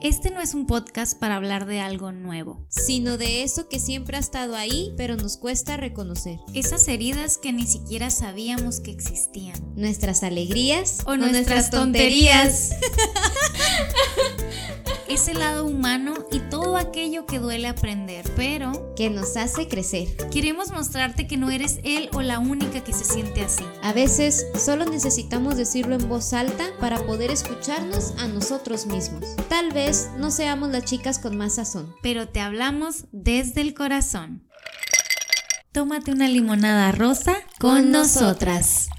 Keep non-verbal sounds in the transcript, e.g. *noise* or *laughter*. Este no es un podcast para hablar de algo nuevo, sino de eso que siempre ha estado ahí, pero nos cuesta reconocer. Esas heridas que ni siquiera sabíamos que existían. Nuestras alegrías O nuestras tonterías. *laughs* Ese lado humano y todo aquello que duele aprender, pero que nos hace crecer. queremos mostrarte que no eres él o la única que se siente así. A veces solo necesitamos decirlo en voz alta para poder escucharnos a nosotros mismos. Tal vez no seamos las chicas con más sazón. Pero te hablamos desde el corazón. Tómate una limonada rosa con nosotras.